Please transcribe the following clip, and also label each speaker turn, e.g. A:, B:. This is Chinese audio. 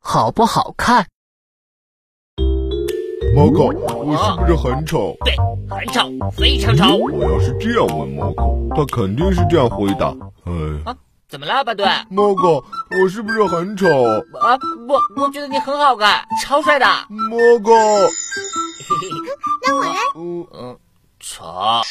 A: 好不好看？
B: 猫狗，
C: 哎
B: 我是不是很丑？
C: 对，很丑，非常丑。
B: 我要是这样问猫狗，它肯定是这样回答：哎，
C: 啊，怎么了，巴顿？啊，
B: 猫狗，我是不是很丑？
C: 我我觉得你很好看，超帅的。
B: 猫狗，
C: 嘿嘿
D: 那我来，
B: 嗯，
C: 嗯，丑。
D: 啊，